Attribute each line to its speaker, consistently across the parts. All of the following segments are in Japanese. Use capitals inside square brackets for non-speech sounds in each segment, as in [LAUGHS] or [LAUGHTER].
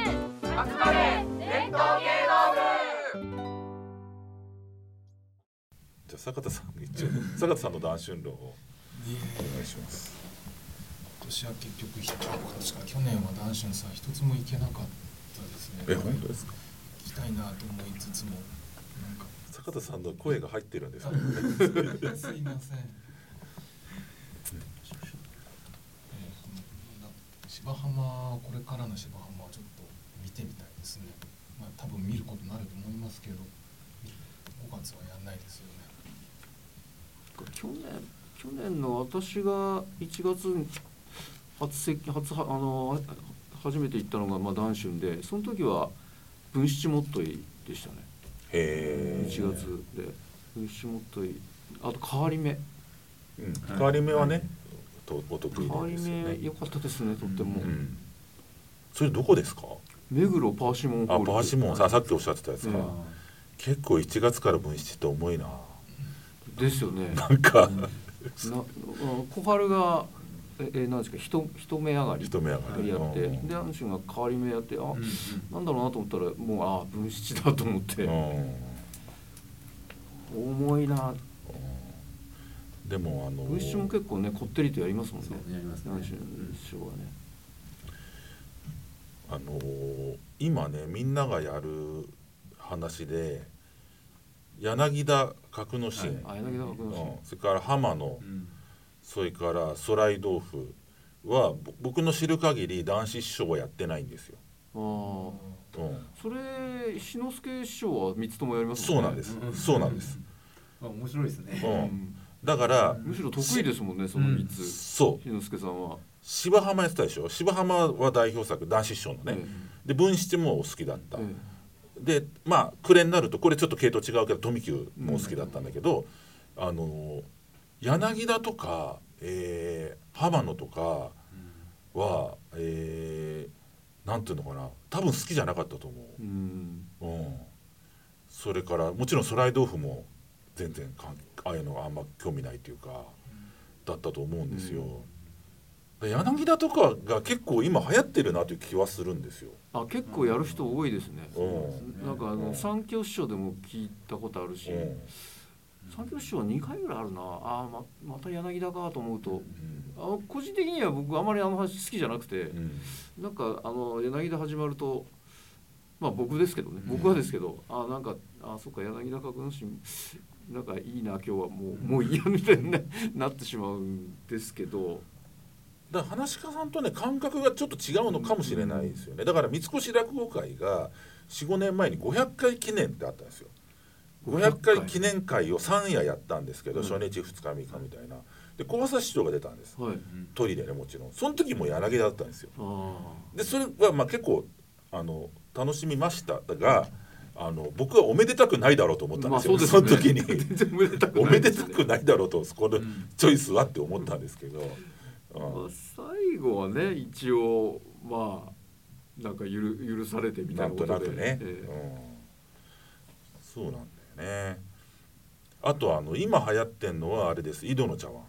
Speaker 1: 集まれ伝統芸能部
Speaker 2: じゃあ坂田さん一応坂田さんの談春論をお願いします
Speaker 3: 今年は結局一つか去年は男子のさ一つも行けなかったですね
Speaker 2: え本当ですか
Speaker 3: 行きたいなと思いつつもなん
Speaker 2: [LAUGHS]
Speaker 3: か
Speaker 2: 坂田さんの声が入ってるんです
Speaker 3: あ
Speaker 2: ね
Speaker 3: すいません。えーな芝浜これからの芝浜はちょっと見てみたいですね。まあ多分見ることになると思いますけど、5月はやんないですよね。
Speaker 4: 去年去年の私が1月に初席初はあの初めて行ったのがまあ男春でその時は分七もっといでしたね
Speaker 2: へえ
Speaker 4: 1月で分七もっといあと変わり目
Speaker 2: うん変わり目はねとお得
Speaker 4: 変
Speaker 2: 意な
Speaker 4: わ
Speaker 2: ん
Speaker 4: り
Speaker 2: ですよ
Speaker 4: 目良
Speaker 2: ね
Speaker 4: かったですねとって
Speaker 2: う
Speaker 4: も、
Speaker 2: んそれどこですか
Speaker 4: 目黒パーシモンホ
Speaker 2: あ
Speaker 4: ー
Speaker 2: バ
Speaker 4: ル
Speaker 2: ーシモンささっきおっしゃってたやつか
Speaker 4: うん
Speaker 2: 結構1月から分室って重いな
Speaker 4: です
Speaker 2: [LAUGHS]
Speaker 4: よねな
Speaker 2: なんか
Speaker 4: あ小春がええなんですか一一目上がり
Speaker 2: 一目上がり
Speaker 4: やって
Speaker 2: うん
Speaker 4: で男春が変わり目やってあ、なんだろうなと思ったらもうああ分七だと思って、
Speaker 2: うん
Speaker 4: 重いな
Speaker 2: でもあの
Speaker 4: 分七も結構ねこってりとやりますもんね
Speaker 1: そうやりますね
Speaker 4: 男春師匠はね
Speaker 2: あのー今ねみんながやる話で柳田格之進、
Speaker 4: あれだけだ
Speaker 2: う
Speaker 4: か
Speaker 2: ん
Speaker 4: ら
Speaker 2: それから浜野、それからソライ豆腐はぼ僕の知る限り男子師匠はやってないんですよ。
Speaker 4: あ
Speaker 2: うん
Speaker 4: あそれ志の輔師匠は三つともやります
Speaker 2: そ
Speaker 4: も
Speaker 2: うん
Speaker 4: ね
Speaker 2: なんです、
Speaker 1: うん
Speaker 2: そうなんです、
Speaker 1: あ面白いです
Speaker 2: う
Speaker 1: ね
Speaker 2: ん
Speaker 4: うん
Speaker 2: だから、
Speaker 4: むしろ得意ですもんねその三つ、
Speaker 2: そう
Speaker 4: 志の輔さんは
Speaker 2: 芝浜やってたでしょ芝浜は代表作男子師匠のね、
Speaker 4: え
Speaker 2: で文七もお好きだった、
Speaker 4: え
Speaker 2: でまあ暮れになるとこれちょっと系統違うけど富久も好きだったんだけど、あの柳田とか、えー浜野とかは、えーなんていうのかな多分好きじゃなかったと思
Speaker 4: えうん
Speaker 2: う、うん、それからもちろんソライ豆腐も全然かんああいうのがあんま興味ないというかだったと思うんですよ、で柳田とかが結構今流行ってるなという気はするんですよ。
Speaker 4: あ結構やる人多いですね、
Speaker 2: うん
Speaker 4: なんかあ
Speaker 2: う
Speaker 4: の
Speaker 2: ん
Speaker 4: 三教師匠でも聞いたことあるし、
Speaker 2: うん
Speaker 4: 三教師匠は2回ぐらいあるなあーままた柳田かと思うと
Speaker 2: うん
Speaker 4: あの個人的には僕あまりあの話好きじゃなくて、
Speaker 2: うん
Speaker 4: なんかあの柳田始まるとまあ僕ですけどね僕はですけど、あなんかあそっか柳田格之進なんかいいな今日はもうもういいやみたいにななってしまうんですけど
Speaker 2: だから話し家さんとね感覚がちょっと違うのかもしれないですよねだから三越落語会が45年前に500回記念ってあったんですよ500回記念会を3夜やったんですけど、
Speaker 4: うん
Speaker 2: 初日2日3日みたいなで小朝市長が出たんです
Speaker 4: はい
Speaker 2: トリでねもちろんその時も柳田だったんですよ
Speaker 4: ああ
Speaker 2: でそれはまあ結構あの楽しみましたがあの僕はおめでたくないだろうと思ったんですよ、
Speaker 4: まあ
Speaker 2: そ
Speaker 4: そう
Speaker 2: の
Speaker 4: です
Speaker 2: 時
Speaker 4: よね
Speaker 2: に
Speaker 4: [LAUGHS] 全然めでたく
Speaker 2: お
Speaker 4: ない
Speaker 2: め
Speaker 4: で
Speaker 2: ですた
Speaker 4: ね
Speaker 2: くないだろうとこのチョイスはって思ったんですけど、
Speaker 4: ま
Speaker 2: う
Speaker 4: あ
Speaker 2: ん、
Speaker 4: 最後はね一応まあなんかゆる許されてみ
Speaker 2: な
Speaker 4: た
Speaker 2: いん
Speaker 4: なこととで
Speaker 2: なくね、
Speaker 4: ええ
Speaker 2: うん、そうなんだよねあとあの今流行ってんのはあれです井戸の茶碗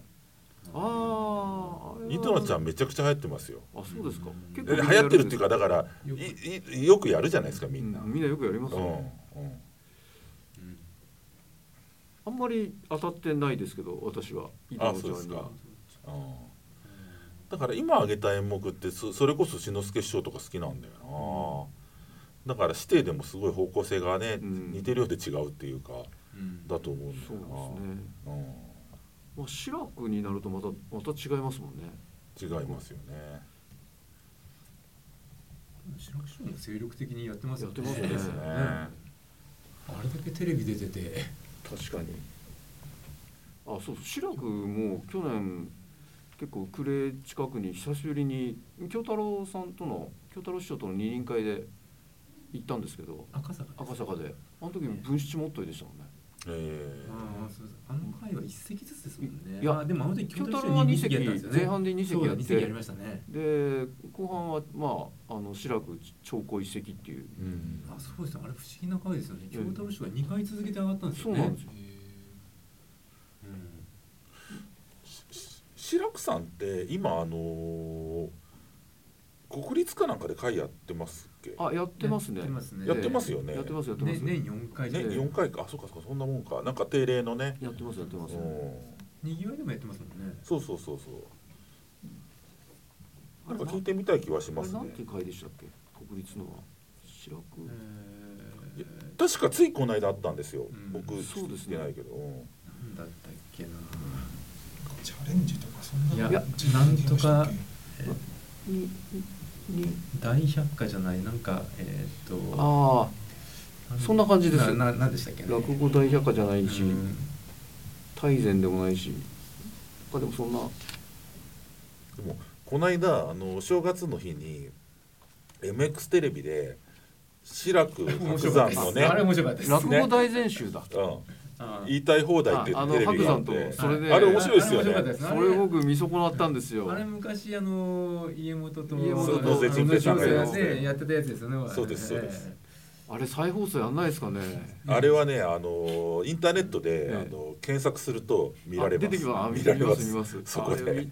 Speaker 4: ああ
Speaker 2: 井戸の茶
Speaker 4: ん
Speaker 2: 碗めちゃくちゃ流行ってますよ
Speaker 4: あそうですか
Speaker 2: え
Speaker 4: 結
Speaker 2: 流行ってるっていうかだ
Speaker 4: か
Speaker 2: から
Speaker 3: よく
Speaker 2: いいよくやるじゃないですかみ
Speaker 4: み
Speaker 2: ん
Speaker 4: ん
Speaker 2: な、
Speaker 4: な
Speaker 2: うん
Speaker 4: みんなよくやります
Speaker 2: う
Speaker 4: よね、
Speaker 2: ん
Speaker 4: あんまり当たってないですけど私は井戸
Speaker 2: あ
Speaker 4: の
Speaker 2: そう
Speaker 4: 茶
Speaker 2: です
Speaker 4: 碗には
Speaker 2: か、うん、だから今挙げた演目ってそそれこそ志の輔師匠とか好きなんだよなだから師弟でもすごい方向性がね、
Speaker 4: うん
Speaker 2: 似てるようで違うっていうかだと思うんだ
Speaker 4: そう
Speaker 2: よ
Speaker 4: で
Speaker 2: な
Speaker 4: すね
Speaker 2: うん
Speaker 4: まあ志らくになるとまたまた違いますもんね
Speaker 2: 違いますよね。
Speaker 1: 白く師匠も精力的にやってますよね
Speaker 4: やってますね
Speaker 2: ですね。
Speaker 3: あれだけテレビ出てて、
Speaker 4: 確かにあそうそう志らくも去年結構呉近くに久しぶりに京太郎さんとの京太郎師匠との二人会で行ったんですけど
Speaker 1: 赤坂
Speaker 4: 赤坂であの時分七もっといでしたもんね
Speaker 2: え
Speaker 1: あーそうですあの回は一席ずつですもんね
Speaker 4: いや
Speaker 1: あーでもあの時
Speaker 4: 京
Speaker 1: 京
Speaker 4: 太
Speaker 1: 都
Speaker 4: 郎は二
Speaker 1: 二席
Speaker 4: 席
Speaker 1: やったんですよね
Speaker 4: 前半で二席
Speaker 1: そう
Speaker 4: や
Speaker 1: だ
Speaker 4: っ
Speaker 1: 二席やり
Speaker 4: て
Speaker 1: ましたね
Speaker 4: で後半はまああの志らく長江一石っていう
Speaker 2: えうん。
Speaker 1: あそうですねあれ不思議な回ですよね
Speaker 4: え
Speaker 1: 京太郎氏が二回続けて上がったんです
Speaker 4: そ
Speaker 1: よ
Speaker 4: う
Speaker 1: ね
Speaker 4: なんですよ
Speaker 1: うん
Speaker 2: し志らくさんって今あのー国立かなんかで会やってますっけ
Speaker 4: あやってますね
Speaker 1: やってますね
Speaker 2: やってますよね
Speaker 4: やってますやってま
Speaker 1: ね
Speaker 4: す、
Speaker 1: 年4回
Speaker 2: ね
Speaker 1: で、
Speaker 2: 4回かあそうかそうかそんなもんかなんか定例のね
Speaker 4: やってますやってます、
Speaker 2: うん
Speaker 1: にぎわいでもやってますもんね
Speaker 2: そうそうそうそう
Speaker 4: あ
Speaker 2: な
Speaker 4: れ
Speaker 2: んか聞いてみたい気はし
Speaker 4: あ
Speaker 2: ま
Speaker 4: れ
Speaker 2: す
Speaker 4: なん
Speaker 2: ね
Speaker 4: て会でしたっけ国立のは白く、
Speaker 1: えー
Speaker 2: 確かついこの間あったんですよ、
Speaker 1: うん
Speaker 2: 僕
Speaker 4: そうです
Speaker 2: 聞いて
Speaker 4: ね
Speaker 2: ないけど、うん
Speaker 1: なんだったっけな
Speaker 3: チャレンジとかそんなの
Speaker 1: いや
Speaker 3: 自分でやりましたっけ
Speaker 1: なんとか
Speaker 4: ににに
Speaker 1: 大百科じゃないなんかえーっと
Speaker 4: あ
Speaker 1: なん
Speaker 4: そんな感じです
Speaker 1: なななんでしたっけ
Speaker 4: あ
Speaker 1: ね
Speaker 4: 落語大百科じゃないし、
Speaker 1: うん
Speaker 4: 大善でもないしあでもそんな
Speaker 2: でもこの間あの正月の日に MX テレビで志らく
Speaker 1: [LAUGHS] 面
Speaker 2: 白
Speaker 1: 白かった
Speaker 2: 山
Speaker 1: で
Speaker 2: の
Speaker 1: す
Speaker 2: ね
Speaker 1: あれ面白かったです
Speaker 4: 落語大全集だ
Speaker 2: うん、
Speaker 1: あ
Speaker 2: 言いたい放題っていう
Speaker 4: ああの
Speaker 2: テレビがあって
Speaker 4: 白山とそれで
Speaker 2: あれ面白いですよ
Speaker 1: あれ面白かったで
Speaker 2: ね
Speaker 1: す
Speaker 4: それ僕見損なったんですよ
Speaker 1: あれ昔あの家元と
Speaker 4: 家元と
Speaker 1: あの
Speaker 4: 同
Speaker 2: 棲中継さんがやって
Speaker 1: でやってたやつですよね
Speaker 2: そうですそうです
Speaker 4: あれ再放送やんないですかね
Speaker 2: あれはねあのインターネットで、
Speaker 4: ええ
Speaker 2: あの検索すると見られます
Speaker 4: あ出てきますあ
Speaker 2: 見られます
Speaker 4: 見ます見ま
Speaker 2: [LAUGHS]
Speaker 4: す
Speaker 2: そこ
Speaker 4: あれ
Speaker 2: で
Speaker 1: え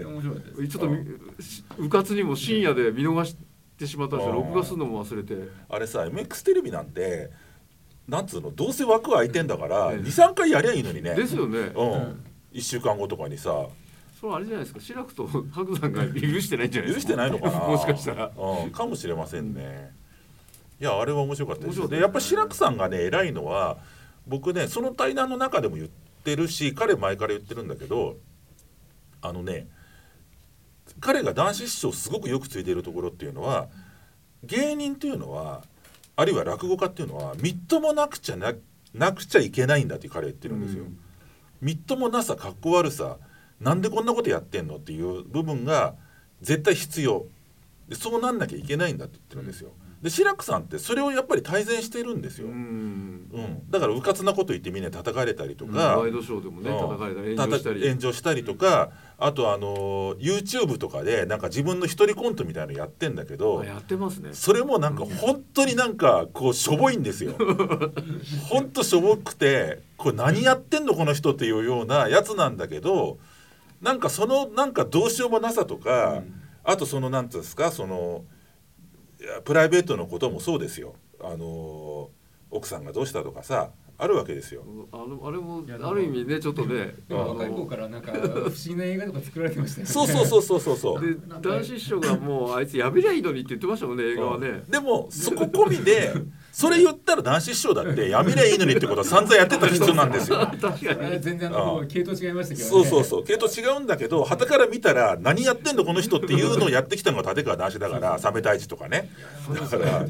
Speaker 1: え面白かったです
Speaker 4: ちょっとみしうかつにも深夜で見逃してしまったんですよ
Speaker 2: あー
Speaker 4: 録画するのも忘れて
Speaker 2: あれさ MX テレビなんてなんつうのどうせ枠空いてんだから、
Speaker 4: ええ
Speaker 2: 23回やりゃいいのにね
Speaker 4: ですよね
Speaker 2: うん
Speaker 1: うん
Speaker 2: 1週間後とかにさ
Speaker 4: それあれじゃないですか志らくと白山が許してないんじゃない
Speaker 2: 許
Speaker 4: で
Speaker 2: し
Speaker 4: すか
Speaker 2: てないのかな
Speaker 4: [LAUGHS] もしかしたら
Speaker 2: うん、かもしれませんね、いやあれは面白かったですよ
Speaker 4: 面白かった
Speaker 2: でやっぱ志らくさんがね偉いのは僕ねその対談の中でも言ってるし彼前から言ってるんだけどあのね彼が男子師匠をすごくよく継いでいるところっていうのは芸人っていうのはあるいは落語家っていうのはみっともなくちゃななくちゃいけないんだって彼は言ってるんですよ。
Speaker 1: うん
Speaker 2: みっともなさかっこ悪さなんでこんなことやってんのっていう部分が絶対必要でそうなんなきゃいけないんだって言ってるんですよ。で志らくさんってそれをやっぱり改善してるんですよ。
Speaker 4: う
Speaker 2: うん
Speaker 4: ん
Speaker 2: だからうかつなこと言ってみんなに叩かれたりとか、
Speaker 4: ワイドショーでもね
Speaker 2: うん
Speaker 4: 叩かれたり炎上した
Speaker 2: た
Speaker 4: り
Speaker 2: 炎上したりとか、あとあの YouTube とかでなんか自分の一人コントみたいなのやってんだけど
Speaker 4: あ、やってますね
Speaker 2: それもなんか本当になんかこうしょぼいんですよ。
Speaker 4: [LAUGHS]
Speaker 2: 本当しょぼくてこれ何やってんのこの人っていうようなやつなんだけどなんかそのなんかどうしようもなさとか、
Speaker 1: うん
Speaker 2: あとそのなんていうんですかそのいやプライベートのこともそうですよあの奥さんがどうしたとかさあるわけですよ。
Speaker 4: あのあれも
Speaker 1: いやでも
Speaker 4: ある意味ねちょっとね
Speaker 1: で
Speaker 4: あ
Speaker 1: も若い子
Speaker 4: の
Speaker 1: からなんか不思議な映画とか作られてましたよね
Speaker 2: そうそうそうそうそうそう。
Speaker 4: で男子師匠がもうあいつやめりゃいいのにって言ってましたもんね映画はね
Speaker 2: でもそこ込みでそれ言ったら男子師匠だってやめりゃいいのにってことは散々やってた人なんですよ。
Speaker 4: [LAUGHS] 確か
Speaker 1: あれ
Speaker 4: に
Speaker 1: 全然あの系統違いましたけどね
Speaker 2: そうそうそう系統違うんだけどはから見たら何やってんのこの人っていうのをやってきたのが立川談志だからサメ大治とかねだから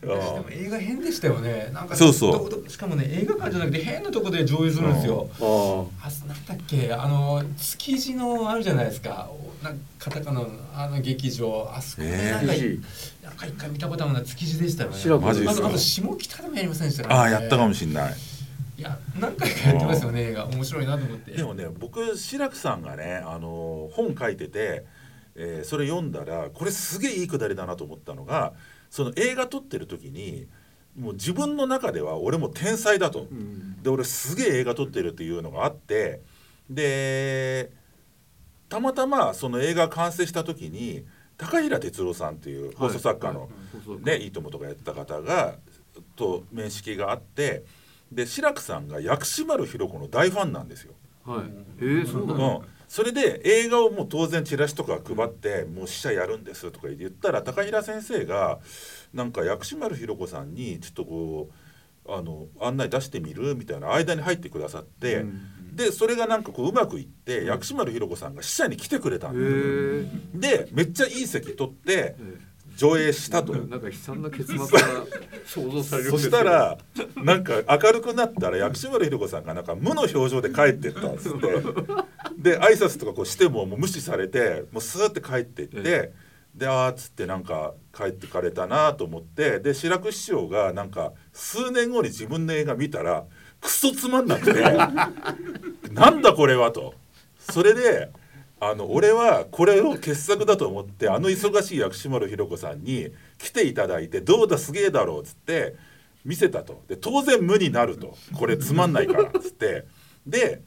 Speaker 1: でも映画変でしたよねなんか
Speaker 2: そうそう
Speaker 1: どどしかもね映画館じゃなくて変なとこで上映するんですよ、
Speaker 4: ああ
Speaker 1: あすなんだっけあの築地のあるじゃないですかおなんかカタカナのあの劇場あそこでなんか,、
Speaker 4: え
Speaker 1: なんか一回見たことあるのは築地でしたよね
Speaker 4: 志らく
Speaker 2: マジです
Speaker 1: あ
Speaker 2: か
Speaker 1: とあと下北でもやりませんでした
Speaker 2: ああやったか
Speaker 1: も
Speaker 2: もしんない
Speaker 1: いや何回かやってますよね映画面白いなと思って
Speaker 2: でもね僕志らくさんがねあの本書いてて、えーそれ読んだらこれすげえいいくだりだなと思ったのがその映画撮ってる時にもう自分の中では俺も天才だと。
Speaker 4: うん
Speaker 2: で俺すげえ映画撮ってるっていうのがあってでたまたまその映画完成した時に高平哲郎さんっていう放送作家の、
Speaker 4: はいそうそう
Speaker 2: ね「いいとも」とかやってた方がと面識があってで志らくさんが薬師丸ひろ子の大ファンなんですよ。
Speaker 4: はいえー、そう
Speaker 2: う
Speaker 4: なんの、
Speaker 2: それで映画をもう当然チラシとか配って「もう試写やるんです」とか言ったら高平先生がなんか薬師丸ひろ子さんにちょっとこうあの案内出してみるみたいな間に入ってくださって、
Speaker 4: うん
Speaker 2: でそれがなんかこううまくいって薬師丸ひろ子さんが試写に来てくれたん
Speaker 4: えー
Speaker 2: ででめっちゃいい席取って
Speaker 4: え
Speaker 2: 上映したと。
Speaker 4: ーなんか悲惨な結末が想像されるん
Speaker 2: そ
Speaker 4: です
Speaker 2: し
Speaker 4: けど
Speaker 2: たらなんか明るくなったら薬師丸ひろ子さんがなんか無の表情で帰ってったんですってで挨拶とかこうしてももう無視されてもうスーって帰っていって、
Speaker 4: え
Speaker 2: であーっつってなんか帰ってかれたなと思ってで志らく師匠がなんか数年後に自分の映画見たらクソつまんなくて
Speaker 4: [LAUGHS]
Speaker 2: なんだこれはと。それであの俺はこれを傑作だと思ってあの忙しい薬師丸ひろ子さんに来ていただいて「どうだすげえだろう」っつって見せたとで当然無になるとこれつまんないからっつってで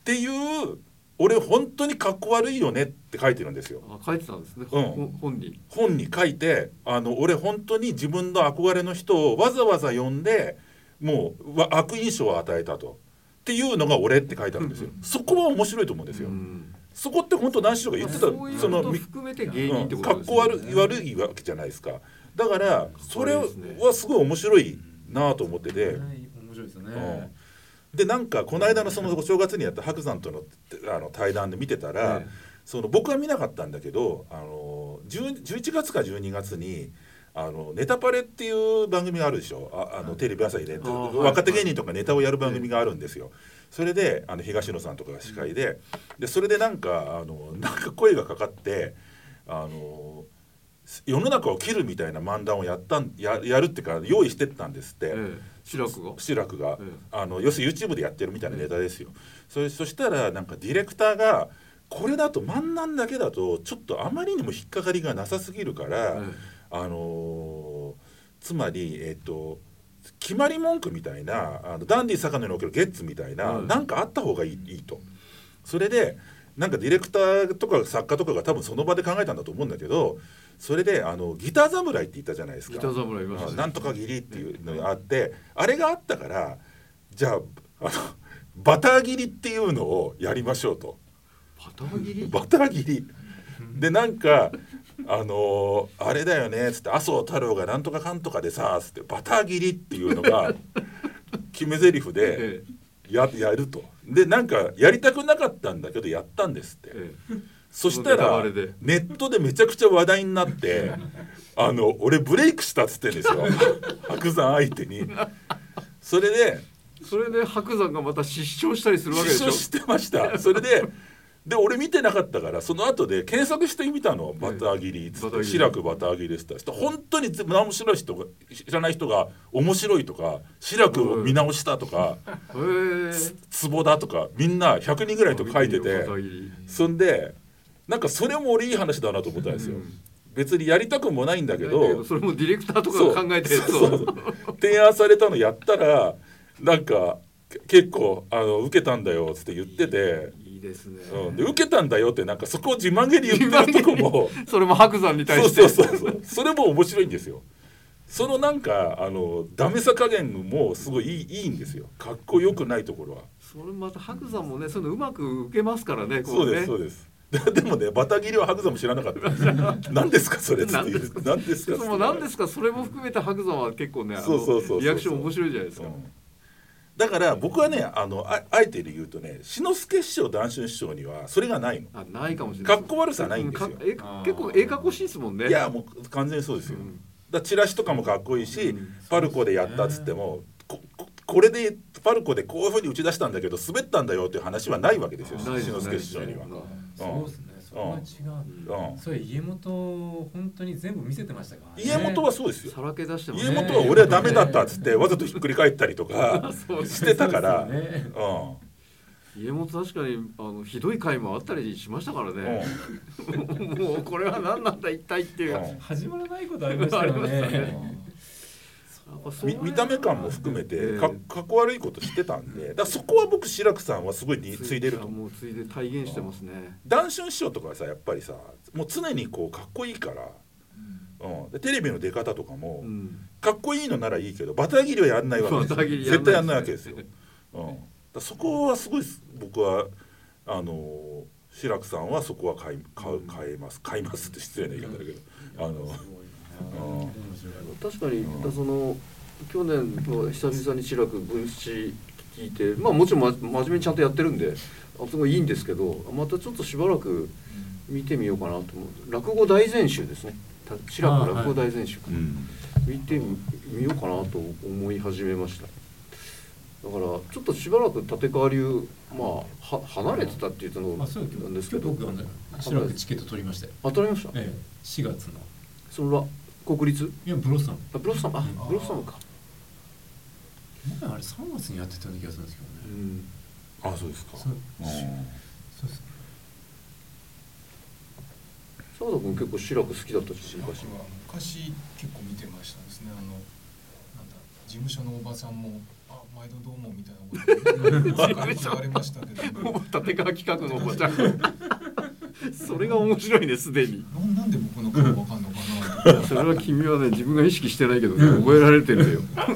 Speaker 2: っていう俺本当にかっこ悪いよねって書いてるんですよ
Speaker 4: あ書いてたんですね、
Speaker 2: うん
Speaker 4: ほ本に
Speaker 2: 本に書いてあの俺本当に自分の憧れの人をわざわざ呼んでもうわ悪印象を与えたとっていうのが俺って書いてあるんですよそこは面白いと思うんですよ、
Speaker 4: うん
Speaker 2: そこって本当男子とか言ってた
Speaker 4: そういう
Speaker 2: そ
Speaker 4: こと
Speaker 2: の
Speaker 4: 含めて芸人って
Speaker 2: うん
Speaker 4: こ
Speaker 2: か
Speaker 4: と
Speaker 2: っ
Speaker 4: です
Speaker 2: こ
Speaker 4: ね、
Speaker 2: 悪い悪いわけじゃないですかだからそれ
Speaker 4: かっこいいですね
Speaker 2: はすごい面白いなと思ってて、
Speaker 1: 面白いですよね。
Speaker 2: でなんかこの間のそのお正月にやった白山とのあの対談で見てたら、
Speaker 4: ええ
Speaker 2: その僕は見なかったんだけどあの10 11月か12月に。あのネタパレっていう番組があるでしょああのテレビ朝日で、
Speaker 4: あー
Speaker 2: 若手芸人とかネタをやる番組があるんですよ、それであの東野さんとかが司会で,、でそれでなんかあのなんか声がかかってあの世の中を切るみたいな漫談をやったんややるっていうか用意してったんですって、
Speaker 4: ええ志らくが
Speaker 2: 志らくが、
Speaker 4: ええ
Speaker 2: あの要するに YouTube でやってるみたいなネタですよ。それそしたらなんかディレクターがこれだと漫談だけだとちょっとあまりにも引っかかりがなさすぎるから、
Speaker 4: ええ
Speaker 2: あのーつまりえっ、と決まり文句みたいなあのダンディ坂野におけるゲッツみたいな、
Speaker 4: うん
Speaker 2: なんかあった方がいいいいと。それでなんかディレクターとか作家とかが多分その場で考えたんだと思うんだけどそれであのギター侍って言ったじゃないですか
Speaker 4: ギター侍いましたね
Speaker 2: なんとかギリっていうのがあってあれがあったからじゃああのバター切りっていうのをやりましょうと
Speaker 4: パター切り
Speaker 2: バター切りでなんかあのーあれだよね」つって「麻生太郎がなんとかかんとかでさ」つって「バター切り」っていうのが決め台詞で
Speaker 4: ええ
Speaker 2: ややるとでなんかやりたくなかったんだけどやったんですって。
Speaker 4: え
Speaker 2: そした
Speaker 4: その
Speaker 2: ら
Speaker 4: ネタバレで
Speaker 2: ネットでめちゃくちゃ話題にな
Speaker 4: [LAUGHS]
Speaker 2: ってあの俺ブレイクしたっつってんですよ [LAUGHS] 白山相手にそれで
Speaker 4: えそれで白山がまた失笑したりするわけでし
Speaker 2: 失
Speaker 4: ょ
Speaker 2: 笑してましたそれでで俺見てなかったからその後で検索してみたのバター切りっつ
Speaker 4: バ
Speaker 2: っ
Speaker 4: ター
Speaker 2: て
Speaker 4: 切り
Speaker 2: 白くバター切りした人本当に全部面白い人が知らない人が面白いとか白くを見直したと
Speaker 4: [LAUGHS]
Speaker 2: か
Speaker 4: へえ
Speaker 2: ツボだとかみんな100人ぐらいと書いてて
Speaker 4: 片切り
Speaker 2: そんでなんかそれも俺いい話だなと思ったんですよ
Speaker 4: うん
Speaker 2: 別にやりたくもないんだけ
Speaker 4: だけ
Speaker 2: ど
Speaker 4: それもディレクターとかが考えたやつ
Speaker 2: そうそう
Speaker 4: を
Speaker 2: そう提案されたのやったらなんかけ結構あの受けたんだよっつって言ってて、
Speaker 4: いいですね
Speaker 2: うん、で受けたんだよってなんかそこを自慢げに言ってるとこ [LAUGHS] も
Speaker 4: それも白山に対
Speaker 2: そう
Speaker 4: して
Speaker 2: そうそうそうそれも面白いんですよそのなんかあのダメさ加減もすごいいいいいんですよかっこよくないところは
Speaker 4: それまた白山もねそういうのうまく受けますからねこ
Speaker 2: そう
Speaker 4: う
Speaker 2: で
Speaker 4: ね
Speaker 2: すそうですででもねバタ切りは白山も [LAUGHS] 知らなかった何ですかそれっつって言う何ですか
Speaker 4: でも何ですすかそれも含めて白山は結構ねあの
Speaker 2: そうそうそうそう
Speaker 4: リアクション面白いじゃないですか、
Speaker 2: うんだから僕はねあのああえて言うとね志の輔師匠談春師匠にはそれがないの
Speaker 4: あないかもしれない
Speaker 2: 格好悪さないんですよ
Speaker 4: うかえ
Speaker 1: あー
Speaker 4: 結構ええ格好しいですもんね
Speaker 2: いやもう完全にそうですよ、
Speaker 4: うん
Speaker 2: だチラシとかもかっこいいし、
Speaker 4: うん
Speaker 2: パルコでやったっつっても、こここれでパルコでこういうふうに打ち出したんだけど滑ったんだよっていう話はないわけですよ
Speaker 1: あ
Speaker 2: 志
Speaker 1: ないですね
Speaker 2: の輔師匠には。
Speaker 1: そうですね。それは違う。
Speaker 2: うん
Speaker 1: それ家元を本当に全部見せてましたからね。
Speaker 2: 家元はそうですよ
Speaker 4: さらけ出しても
Speaker 2: 家
Speaker 4: ね
Speaker 2: 元は俺はダメだったっつってわざとひっくり返ったりとか
Speaker 4: そうです
Speaker 2: してたから。
Speaker 1: そうですよね
Speaker 2: うん
Speaker 4: 家元確かにあのひどい回もあったりしましたからね、もうこれは何なんだ一体っていう、
Speaker 2: うん
Speaker 4: やっ
Speaker 1: 始まらないことありましたよ
Speaker 4: ありました
Speaker 1: ね。
Speaker 4: ぱそうい
Speaker 2: み
Speaker 4: う
Speaker 2: 見た目感も含めて
Speaker 4: ええ
Speaker 2: かかっこ悪いことしてたんでだからそこは僕志らくさんはすごいについでると思う
Speaker 4: もうついで体現してますね
Speaker 2: 談春師匠とかはさやっぱりさもう常にこうかっこいいから、うん、でテレビの出方とかも、
Speaker 4: うん
Speaker 2: かっこいいのならいいけどバター切りはやんないわけですよ
Speaker 4: [LAUGHS] バター切りやんない
Speaker 2: 絶対やんないわけですよ、うん、だからそこはすごいす僕はあのー志らくさんはそこは買い買う買えます買いますって失礼な言い方だけどあの
Speaker 1: すごいな
Speaker 2: うん
Speaker 1: 面白い
Speaker 4: 確かに、その去年の久々に志らく分子聞いてまあもちろん、ま、真面目にちゃんとやってるんであすごいいいんですけどまたちょっとしばらく見てみようかなと思う落語大全集ですねた志らくの落語大全集
Speaker 2: うん
Speaker 4: 見てみ見ようかなと思い始めましただからちょっとしばらく立川流まあは離れてたって言ったの
Speaker 1: まあそう
Speaker 4: なんですけ
Speaker 1: 今
Speaker 4: ど
Speaker 1: 日僕あの白くチケット取りましたよ。
Speaker 4: 当たりました
Speaker 1: ええ、4月の。
Speaker 4: そのら国立
Speaker 1: いやブロッサム。
Speaker 4: あブロッサムあブロッサムか
Speaker 1: 前あれ3月にやってたような気がするんですけ
Speaker 4: う
Speaker 1: どね。
Speaker 4: ん
Speaker 2: あそうですか
Speaker 1: そう
Speaker 2: うん
Speaker 1: そうですね。
Speaker 4: 澤田君結構志らく好きだったし昔
Speaker 3: 僕は昔結構見てましたですねあのなんだ事務所のおばさんも「あ毎度どうも」みたいなこと言われましたけど
Speaker 4: もう立川企画のおばちゃん [LAUGHS] それが面白いねすでに
Speaker 3: なんなんで僕の顔わかんのかな
Speaker 4: それは君はね自分が意識してないけどね覚えられてるんだよ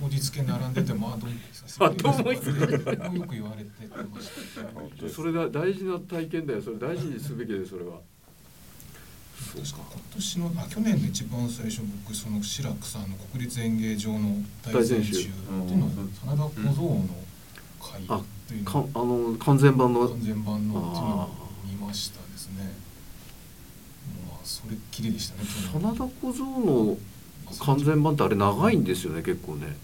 Speaker 3: 当日券並んでても「あどうも久しぶりです」よく言われてました
Speaker 2: 本当です
Speaker 4: それが大事な体験だよそれ大事にすべきだよそれは
Speaker 3: 確か今年のあ去年の一番最初僕その志らくさんの国立演芸場の大全集っていうのは真田小僧の会というの
Speaker 4: か
Speaker 3: を
Speaker 4: あの完全版の
Speaker 3: 完全版のっていうのを見ましたですねまあそれっきりでしたね去年
Speaker 4: 真田小僧の完全版ってあれ長いんですよね結構ね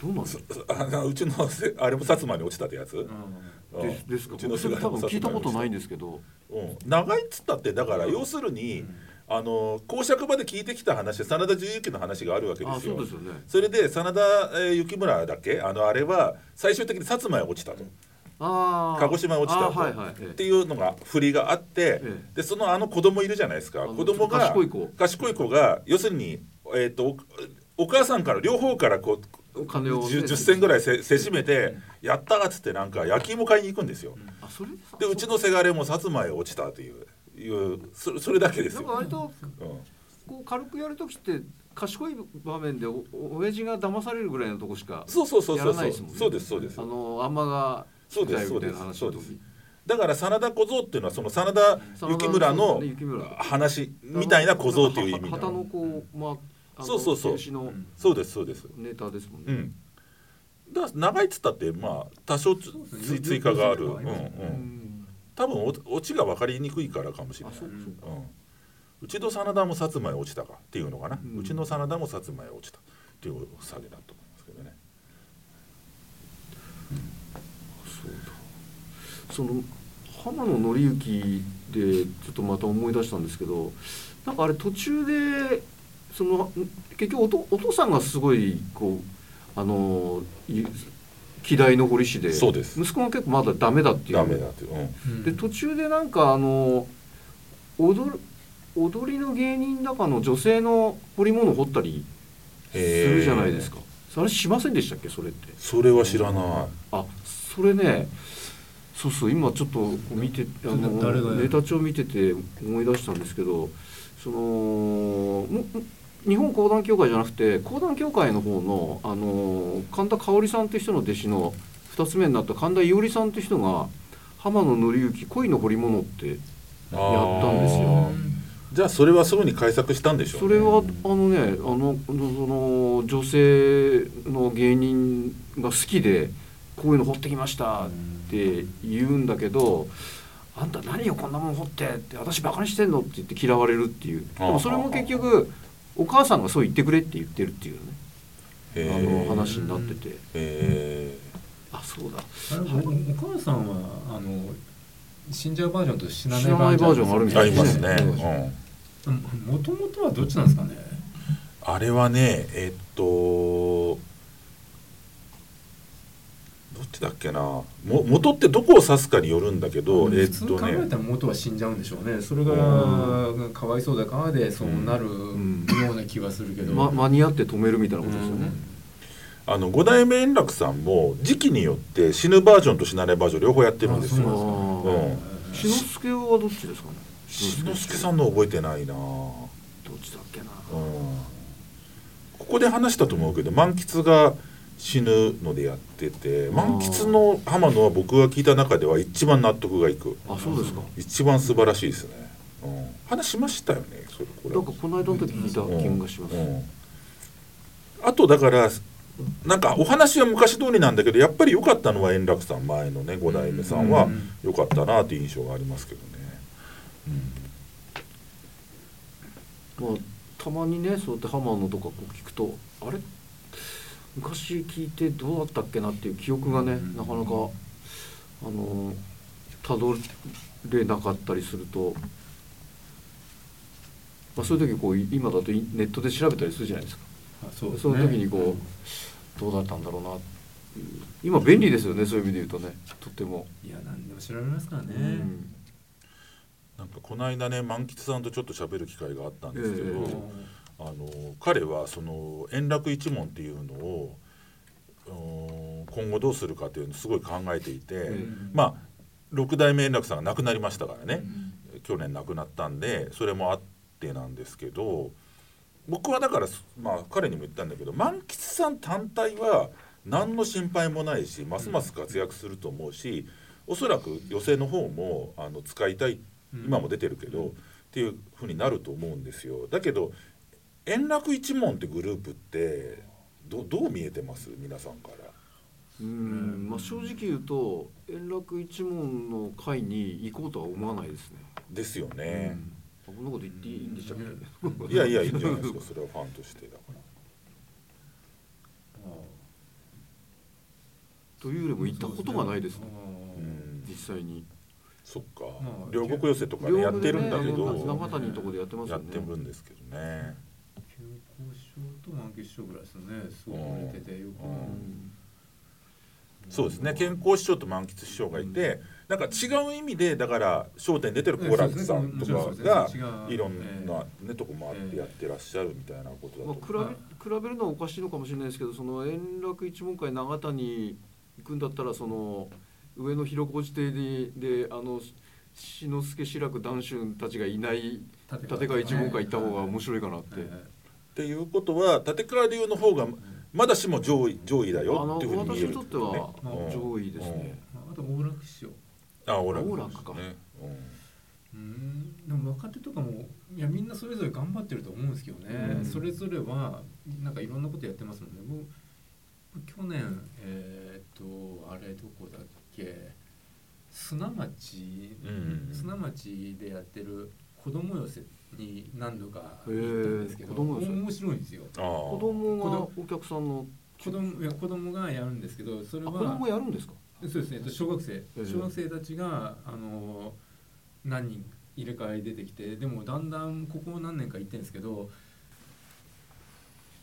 Speaker 4: どうなんです
Speaker 2: あのうちのせあれも薩摩に落ちたってやつ、うん
Speaker 4: でですか
Speaker 2: うちの
Speaker 4: 僕それ
Speaker 2: 姿
Speaker 4: 多
Speaker 2: も
Speaker 4: 分
Speaker 2: 薩
Speaker 4: 聞いた
Speaker 2: 摩に
Speaker 4: こ
Speaker 2: 落
Speaker 4: と
Speaker 2: ち
Speaker 4: ないんですけど
Speaker 2: うん、長いっつったってだから要するに、あの公爵場で聞いてきた話真田十之の話があるわけで
Speaker 4: あ
Speaker 2: す
Speaker 4: そう
Speaker 2: よ
Speaker 4: ですよね
Speaker 2: それで真田、えー幸村だっけあのあれは最終的に薩摩へ落ちたと、
Speaker 4: ああ
Speaker 2: 鹿児島へ落ちた
Speaker 4: あ
Speaker 2: と、
Speaker 4: はいはいええ
Speaker 2: っていうのが振りがあって、
Speaker 4: ええ
Speaker 2: でそのあの子供いるじゃないですか
Speaker 4: あの
Speaker 2: 子供が
Speaker 4: 賢い子
Speaker 2: 賢い子が要するに、えー、とおお母さんから両方からこう
Speaker 4: お金をね
Speaker 2: 10, 銭ぐらいせせしめて、やったーっつってなんか焼き芋買いに行くんですよ。
Speaker 4: あそれでさ
Speaker 2: でうちのせがれも薩摩へ落ちたといういうそそれだけです
Speaker 4: なん
Speaker 2: よ
Speaker 4: か。割と
Speaker 2: うん
Speaker 4: こう軽くやる時って賢い場面でおお親父が騙されるぐらいのとこしか
Speaker 2: そうそうそう
Speaker 4: や
Speaker 2: そ
Speaker 4: ら
Speaker 2: うそ
Speaker 4: ないで
Speaker 2: う
Speaker 4: すもんね
Speaker 2: そうですそうです
Speaker 4: あのあんまが
Speaker 2: そうです
Speaker 4: みたいな話
Speaker 2: そ
Speaker 4: の
Speaker 2: うです
Speaker 4: 時
Speaker 2: だから真田小僧っていうのはその真田幸村の
Speaker 4: 真田幸村
Speaker 2: 話みたいな小僧という意味だ
Speaker 4: は旗のこうまああの
Speaker 2: そうそうそう
Speaker 4: 戦士の
Speaker 2: そうですそうです
Speaker 4: ネタですもん
Speaker 2: う
Speaker 4: ね、
Speaker 2: んだから長いっつったってまあ多少つ
Speaker 1: そうです
Speaker 2: 追
Speaker 1: ね
Speaker 2: 追加がある
Speaker 1: よ
Speaker 2: う
Speaker 1: くあり
Speaker 2: んう
Speaker 1: ますよね
Speaker 2: ん多分おオチが分かりにくいからかもしれ
Speaker 4: あ
Speaker 2: ない
Speaker 4: そうそ
Speaker 2: う
Speaker 4: う
Speaker 2: んうちの真田も薩摩へ落ちたかっていうのかな
Speaker 4: うん
Speaker 2: うちの真田も薩摩へ落ちたっていう下げだと思いますけどね
Speaker 4: そうだその浜野紀之でちょっとまた思い出したんですけどなんかあれ途中でそのん結局おとお父さんがすごいこうあのい希代の堀市で
Speaker 2: そうです
Speaker 4: 息子が結構まだダメだっていう
Speaker 2: ダメだっていううん
Speaker 1: うん
Speaker 4: で途中でなんかあの踊る踊りの芸人だかの女性の彫り物を彫ったりするじゃないですか、それしませんでしたっけそれって
Speaker 2: それは知らない
Speaker 4: あそれねそうそう今ちょっとこう見てあの
Speaker 1: 誰がやる
Speaker 4: ネタ帳見てて思い出したんですけどそのも日本講談協会じゃなくて講談協会の方のあの神田香織さんという人の弟子の2つ目になった神田伊織さんという人が浜野紀之恋の彫り物って
Speaker 2: や
Speaker 4: やったんですよ
Speaker 2: じゃあそれはそういうふうに解釈したんでしょう、ね、
Speaker 4: それはあのねあのその女性の芸人が好きでこういうの掘ってきましたって言うんだけど「あんた何よこんなもん掘って」って「私バカにしてんの?」って言って嫌われるっていうでもそれも結局お母さんがそう言ってくれって言ってるっていうねあの
Speaker 2: へ
Speaker 4: 話になってて
Speaker 2: え
Speaker 4: あそうだ
Speaker 1: あれおお母さんはあの死んじゃうバージョンと死なない
Speaker 4: 死なないバージョンあるみ
Speaker 2: ー、あ
Speaker 4: たい
Speaker 2: り
Speaker 4: で
Speaker 2: ます
Speaker 4: ね
Speaker 2: ね、うん、
Speaker 1: もともとはどっちなんですかね
Speaker 2: あれはねえっとどっちだっけなも元ってどこを指すかによるんだけど、
Speaker 1: 普
Speaker 2: えっ
Speaker 1: 通
Speaker 2: と
Speaker 1: 考え
Speaker 2: ね
Speaker 1: たら元は死んじゃうんでしょうねそれが
Speaker 2: う
Speaker 1: かわいそうだからでそうなるよ
Speaker 4: ん
Speaker 1: うな気はするけど、
Speaker 4: ま間に合って止めるみたいなことですよね
Speaker 2: あの五代目円楽さんも時期によって死ぬバージョンと死なないバージョン両方やってるんです
Speaker 1: あ
Speaker 2: よ
Speaker 1: そ
Speaker 4: あ
Speaker 2: うん
Speaker 4: あ志の輔はどっちですかね
Speaker 2: 志の輔さんの覚えてないなぁ
Speaker 4: どっちだっけな
Speaker 2: ここで話したと思うけど満喫が死ぬのでやってて満喫の浜野は僕が聞いた中では一番納得がいく
Speaker 4: あそうですか
Speaker 2: 一番素晴らしいですね、うん、話しましたよねそれこれ
Speaker 4: なんかこの間の時聞いた気がします、
Speaker 2: うんうんあとだからなんかお話は昔通りなんだけどやっぱり良かったのは円楽さん前のね五代目さんは
Speaker 1: うん
Speaker 2: 良かったなという印象がありますけどね、うん
Speaker 4: まあ、たまにねそうやってハマーのとかこう聞くとあれ昔聞いてどうだったっけなっていう記憶がね、
Speaker 1: うん
Speaker 4: なかなかあのたどれなかったりすると、まあ、そういう時こうい今だとインネットで調べたりするじゃないですか
Speaker 1: あそうです
Speaker 4: そ
Speaker 1: ね
Speaker 4: の時にこうどうだったんだろうな今便利ですよねそういう意味で言うとねとっても。
Speaker 1: いや何でも調べますからね、
Speaker 4: うん
Speaker 2: なんかこの間ね満喫さんとちょっと喋る機会があったんですけど、
Speaker 4: ええ
Speaker 2: あの彼はその円楽一門っていうのをうん今後どうするかっていうのをすごい考えていて、
Speaker 4: ん
Speaker 2: まあ六代目円楽さんが亡くなりましたからね、去年亡くなったんでそれもあってなんですけど僕はだから、まあ、彼にも言ったんだけど満吉さん単体は何の心配もないしますます活躍すると思うしおそらく寄席の方もあの使いたい今も出てるけど、っていうふうになると思うんですよ。だけど円楽一門ってグループってどどう見えてます皆さんから。
Speaker 4: うんまあ、正直言うと円楽一門の会に行こうとは思わないですね。
Speaker 2: ですよね。
Speaker 4: あこんなこと言っていいんでしたっけ？
Speaker 2: いやいやいいんじゃないですかそれはファンとしてだから。
Speaker 4: というよりも行ったことがないですね。
Speaker 2: うん
Speaker 4: 実際に。
Speaker 2: そっか、
Speaker 1: まあ
Speaker 2: 両国寄せとか、
Speaker 4: 両
Speaker 2: ね、やっ
Speaker 4: 国
Speaker 2: て
Speaker 4: で
Speaker 2: るんだけ
Speaker 4: ねあの
Speaker 2: ど、
Speaker 4: 長谷のところでやってます
Speaker 2: や
Speaker 4: よ
Speaker 2: っ
Speaker 4: ね。
Speaker 2: てるんですけどね。
Speaker 1: 旧交渉と満喫賞ぐらいですよね。すごく出ててよく。
Speaker 2: うん
Speaker 4: うん
Speaker 2: そうですね、健康師匠と満喫師匠がいて、なんか違う意味で、だから、商店出てる好楽さんと
Speaker 1: そう
Speaker 2: か
Speaker 1: ですね
Speaker 2: が
Speaker 1: そうですね違。う
Speaker 2: いろんな、ね、とこもあって、やってらっしゃるみたいなことだ
Speaker 4: まあ、
Speaker 2: と。
Speaker 4: 比べ比べるのはおかしいのかもしれないですけどその円楽一門会長谷に行くんだったらその上野広小路邸でであの志の輔志らく談春たちがいない
Speaker 1: 立
Speaker 4: 立川一門会行った方が面白いかなって。
Speaker 2: っていうことは、立倉流の方が、まだしも上位、上位だ
Speaker 4: あ
Speaker 2: よ
Speaker 4: の
Speaker 2: っていうふうに見え
Speaker 4: 私
Speaker 2: る
Speaker 4: にとっては
Speaker 1: まあ
Speaker 2: うん
Speaker 4: 上位ですね。
Speaker 1: まああと大楽師匠。
Speaker 2: あ、オラク
Speaker 4: 王楽か
Speaker 2: ね。うん
Speaker 1: うんでも若手とかもいやみんなそれぞれ頑張ってると思うんですけどね、
Speaker 2: うん
Speaker 1: それぞれはなんかいろんなことやってますもんね僕僕去年えーっとあれどこだっけ砂町、
Speaker 2: うん
Speaker 1: 砂町でやってる子供寄せに何度か
Speaker 4: へ
Speaker 1: 行っ
Speaker 4: ー
Speaker 1: たんですけど
Speaker 4: 子供寄せ
Speaker 1: 面白いんですよ
Speaker 2: ああ。
Speaker 4: 子供がお客さんの
Speaker 1: 子供いや子供がやるんですけどそれ
Speaker 4: あ
Speaker 1: は
Speaker 4: 子供やるんですか。
Speaker 1: そうですね、えっと小学生
Speaker 4: ええ
Speaker 1: 小学生たちがあの何人入れ替え出てきてでもだんだんここ何年か行ってんですけど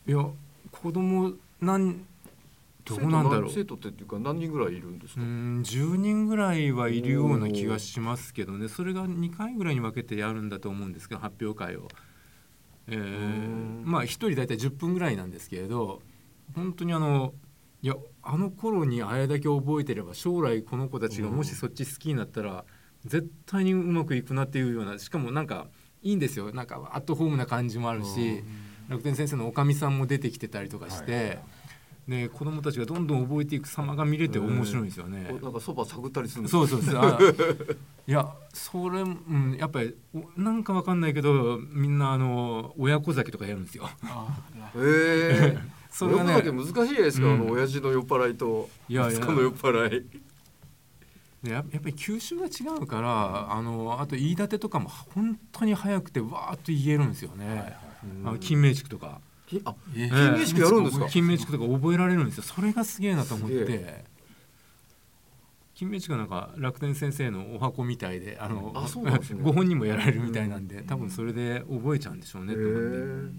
Speaker 5: いや子供なんどうなんだろう
Speaker 4: 生徒ってっていうか何人ぐらいいるんです
Speaker 5: う
Speaker 4: か。
Speaker 5: ん10人ぐらいはいるような気がしますけどねそれが2回ぐらいに分けてやるんだと思うんですけど発表会を、えー
Speaker 4: うん
Speaker 5: まあ1人大体10分ぐらいなんですけれど本当にあのいやあの頃にあれだけ覚えてれば将来この子たちがもしそっち好きになったら絶対にうまくいくなっていうようなしかもなんかいいんですよなんかアットホームな感じもあるし楽天先生のおかみさんも出てきてたりとかして。ね、子供たちがどんどん覚えていく様が見れて面白いんですよね。
Speaker 4: こうなんかそば探ったりするんですか。
Speaker 5: そうそうそう。あいやそれ、うん、やっぱりおなんかわかんないけどみんなあの親子酒とかやるんですよ。 [LAUGHS]
Speaker 4: へえ。
Speaker 5: そ
Speaker 4: それ
Speaker 5: れがね
Speaker 4: だけ難しいじゃないですか、
Speaker 5: うん
Speaker 4: あの親父の酔っ払いと
Speaker 5: いやいや
Speaker 4: 息子の酔っ払い
Speaker 5: でやっやっぱり吸収が違うからあのあと言い立てとかも本当に早くてわーっと言えるんですよね。あの金明宿とか。
Speaker 4: きあ
Speaker 5: 金
Speaker 4: 金明宿やるんですか
Speaker 5: 金明宿とか覚えられるんですよ。それがすげえなと思っ
Speaker 4: すげ
Speaker 5: て。金明宿はなんか楽天先生のお箱みたいで、あの [LAUGHS]
Speaker 4: あそうなんですね
Speaker 5: ご本人もやられるみたいなんで、多分それで覚えちゃうんでしょうね。と思って
Speaker 4: へえ